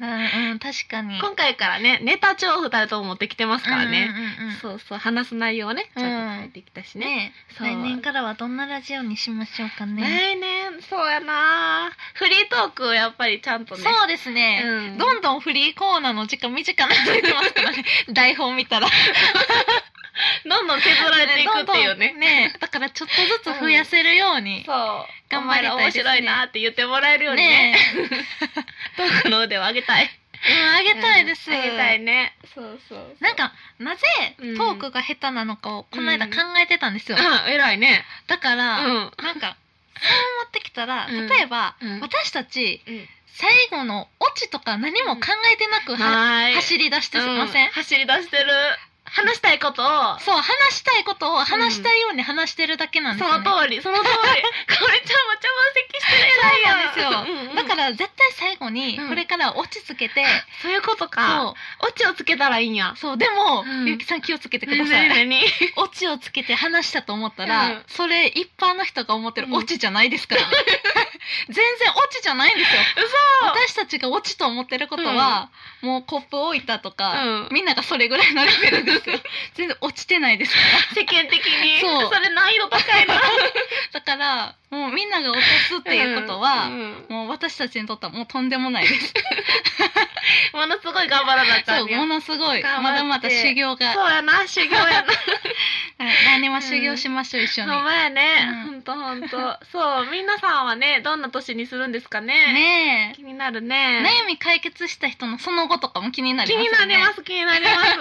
Speaker 1: うんうん確かに
Speaker 2: 今回からねネタ帳を2人とも持ってきてますからね、
Speaker 1: うんうんうん
Speaker 2: そうそう話す内容をねちゃんと書いてきたしね、
Speaker 1: ね
Speaker 2: そう
Speaker 1: 来年からはどんなラジオにしましょうかね。
Speaker 2: 来年そうやなフリートークをやっぱりちゃんとね
Speaker 1: そうですね、
Speaker 2: うん
Speaker 1: どんどんフリーコーナーの時間短くなってきます からね台本見たら
Speaker 2: どんどん削られていくっていうね
Speaker 1: どんどんねだからちょっとずつ増やせるように、
Speaker 2: そう
Speaker 1: 頑張
Speaker 2: 頑張
Speaker 1: り
Speaker 2: り
Speaker 1: たい
Speaker 2: 面
Speaker 1: ですね
Speaker 2: 白いなって言ってもらえるようにね
Speaker 1: ね
Speaker 2: トークの腕を上げたい
Speaker 1: うん、あげたいです、
Speaker 2: うん上げたいねそうそう
Speaker 1: なんかなぜトークが下手なのかをこの間考えてたんですよ、
Speaker 2: うん偉いね
Speaker 1: だか
Speaker 2: う
Speaker 1: ら、
Speaker 2: ん
Speaker 1: なんかそう思ってきたら
Speaker 2: うん
Speaker 1: 例えば、
Speaker 2: うん
Speaker 1: 私たち
Speaker 2: うん
Speaker 1: 最後のオチとか何も考えてなくは、
Speaker 2: はい
Speaker 1: 走り出してすいません、
Speaker 2: う走り出してる話したいことを
Speaker 1: そう話したいことを話したいように話してるだけなんです
Speaker 2: そ
Speaker 1: ね、
Speaker 2: の通 りその通りかおりちゃんも茶番席してる偉い
Speaker 1: そうなんですだ
Speaker 2: よ
Speaker 1: から絶対最後に
Speaker 2: うん
Speaker 1: これから落ち着けて、
Speaker 2: そういうことか
Speaker 1: そ
Speaker 2: オチをつけたらいいんや
Speaker 1: うそうでも、
Speaker 2: うん
Speaker 1: ゆうきさん気をつけてくだ
Speaker 2: 何
Speaker 1: さい、
Speaker 2: 何
Speaker 1: オチをつけて話したと思ったら、
Speaker 2: うん
Speaker 1: それ一般の人が思ってる
Speaker 2: うん
Speaker 1: オチじゃないです から、ね全然オチじゃないんですよ私たちがオチと思ってることは、もうコップ置いたとか、
Speaker 2: うん
Speaker 1: みんながそれぐらいのレベルですよ 全然落ちてないですか
Speaker 2: 世間的に
Speaker 1: そう
Speaker 2: れ難易度高いな っ
Speaker 1: らだからもうみんなが落とすっていうことは、もう私たちにとってはもうとんでもない です。
Speaker 2: ものすごい頑張らなあか
Speaker 1: そ
Speaker 2: ん
Speaker 1: う、
Speaker 2: ね
Speaker 1: ものすごい。
Speaker 2: 頑張って
Speaker 1: まだまだ修行が。
Speaker 2: そうやな修行やな
Speaker 1: はい来年は修行しましょう、一緒に。
Speaker 2: ほんまやね
Speaker 1: う
Speaker 2: ほんとほんとそう皆さんはねどんな年にするんですかね
Speaker 1: ね
Speaker 2: 気になる
Speaker 1: え。
Speaker 2: ね
Speaker 1: 悩み解決した人のその後とかも気になり
Speaker 2: 気
Speaker 1: ます
Speaker 2: に
Speaker 1: よね。
Speaker 2: なります気になります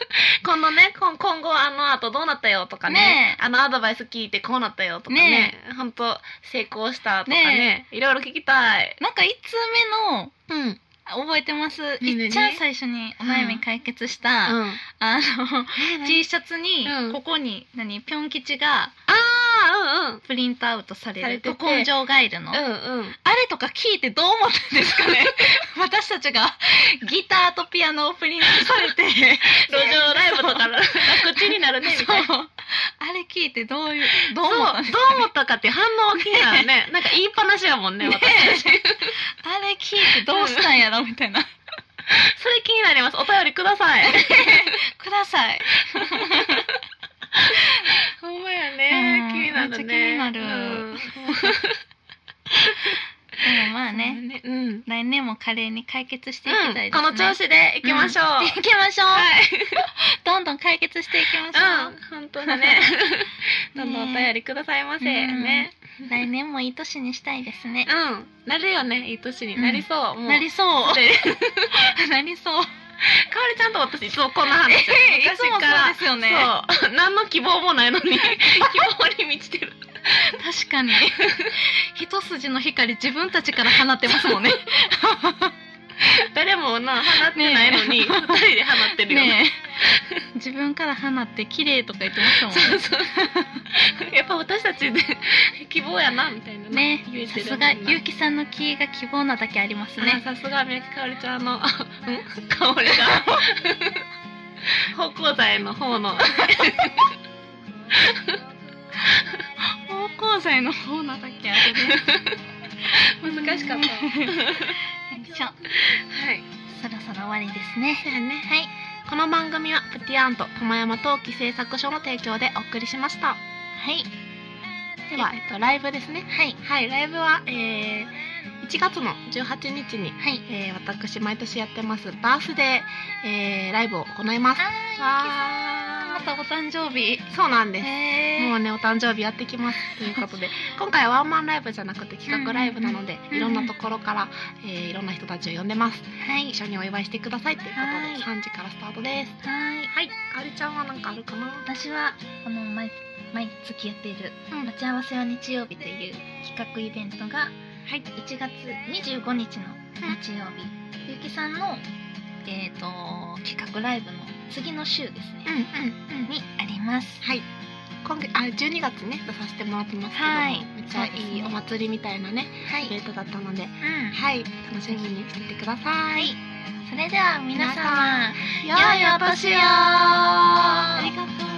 Speaker 2: 今度ね今今後あの後どうなったよとかね
Speaker 1: ね
Speaker 2: あのアドバイス聞いてこうなったよとかね本当成功したとかねいろいろ聞きたい
Speaker 1: なんか一通目の、
Speaker 2: うんうん
Speaker 1: あ覚えてます。
Speaker 2: 何々
Speaker 1: いっちゃん最初にお悩み解決した、あの、T シャツに
Speaker 2: う、ん
Speaker 1: ここに、何、ぴょん吉が
Speaker 2: ああうん
Speaker 1: プリントアウトされ
Speaker 2: され
Speaker 1: る、
Speaker 2: てて
Speaker 1: ど根性ガイルの。
Speaker 2: うんうん
Speaker 1: あれとか聞いてどう思ったんですかね 私たちがギターとピアノをプリントさ れて
Speaker 2: 路上ライブと かの口になるねみたいな。
Speaker 1: そうあれ聞いてどういうどう
Speaker 2: そうど
Speaker 1: 思
Speaker 2: う
Speaker 1: ったんですか
Speaker 2: 思ったかっていう反応が気になるね。なんか言いっぱなしやもんね。
Speaker 1: ね
Speaker 2: 私 たちそれ
Speaker 1: あれ聞いてどうしたんやろみた いな
Speaker 2: 気になります。お便りく ださい。
Speaker 1: ください
Speaker 2: ほんまや
Speaker 1: うんめっちゃ気になる
Speaker 2: うん
Speaker 1: でもまあね、
Speaker 2: ね。うん。
Speaker 1: 来年も華麗に解決していきたいです
Speaker 2: こ
Speaker 1: ね、
Speaker 2: の調子でいきましょう。
Speaker 1: ん行きましょう、
Speaker 2: はい。
Speaker 1: どんどん解決していきましょ
Speaker 2: うん。本当だ ね。どんどんお便りくださいませ。
Speaker 1: うん
Speaker 2: ね。
Speaker 1: う、来年もいい年にしたいですね、
Speaker 2: うん。なるよね。いい年になりそう。もう
Speaker 1: なりそう
Speaker 2: で
Speaker 1: なりそう
Speaker 2: かおりちゃんと私いつもこんな話
Speaker 1: いつもそうですよね
Speaker 2: そう何の希望もない のに希望に満ちてる
Speaker 1: 確 かに一筋の光自分たちから放ってます もんね
Speaker 2: 誰もな放ってないの に、二人で放ってるよね
Speaker 1: ねえ自分から放って綺麗とか言ってましたもんね
Speaker 2: そうそうやっぱ私たちで希望やなみたいな
Speaker 1: ね
Speaker 2: 言え
Speaker 1: さ
Speaker 2: てる
Speaker 1: すが
Speaker 2: もんな
Speaker 1: ゆうきさんの気が希望なだけあります
Speaker 2: あ
Speaker 1: ね。
Speaker 2: さすがみゆきかおりちゃんのん かおりが方向剤の方の
Speaker 1: 方向剤の方なだけあるね。
Speaker 2: 難しかったわ
Speaker 1: よいしょ
Speaker 2: はい
Speaker 1: そろそろ終わりですね。
Speaker 2: そうやね
Speaker 1: はい。
Speaker 2: この番組はプティアンと駒山陶器製作所の提供でお送りしました
Speaker 1: はい。
Speaker 2: では、えっと、ライブですね
Speaker 1: はい。
Speaker 2: はいライブは、えー1月の18日に、
Speaker 1: はい。
Speaker 2: えー私毎年やってますバースデー、えーライブを行います
Speaker 1: あー
Speaker 2: わ
Speaker 1: またお誕生日。
Speaker 2: ーそうなんです
Speaker 1: へ
Speaker 2: も
Speaker 1: も
Speaker 2: う
Speaker 1: う
Speaker 2: ねお誕生日やってきますということで今回はワンマンライブじゃなくて企画ライブなので、
Speaker 1: うんうん
Speaker 2: いろんなところから、えーいろんな人たちを呼んでます
Speaker 1: はい
Speaker 2: 一。緒にお祝いしてくださいということで3時からスタートです
Speaker 1: はい。
Speaker 2: はいかおりちゃんはなんかあるかな
Speaker 1: 私はこの毎毎月やっている
Speaker 2: うん
Speaker 1: 待ち合わせは日曜日という企画イベントが
Speaker 2: はい
Speaker 1: 1月25日の日曜日、ゆうきさんのえっ、と企画ライブの次の週です
Speaker 2: うん
Speaker 1: ね、
Speaker 2: うんうん
Speaker 1: にあります。
Speaker 2: はい。今月あ12月ね出させてもらってますけども、
Speaker 1: はい
Speaker 2: めっちゃ
Speaker 1: そう
Speaker 2: い
Speaker 1: で
Speaker 2: い
Speaker 1: すね
Speaker 2: お祭りみたいなね
Speaker 1: は
Speaker 2: イベントだったので、
Speaker 1: うん。
Speaker 2: はい楽しみにしててくださ。
Speaker 1: はいい。それでは皆様、
Speaker 2: 良いお年を。
Speaker 1: ありがとう。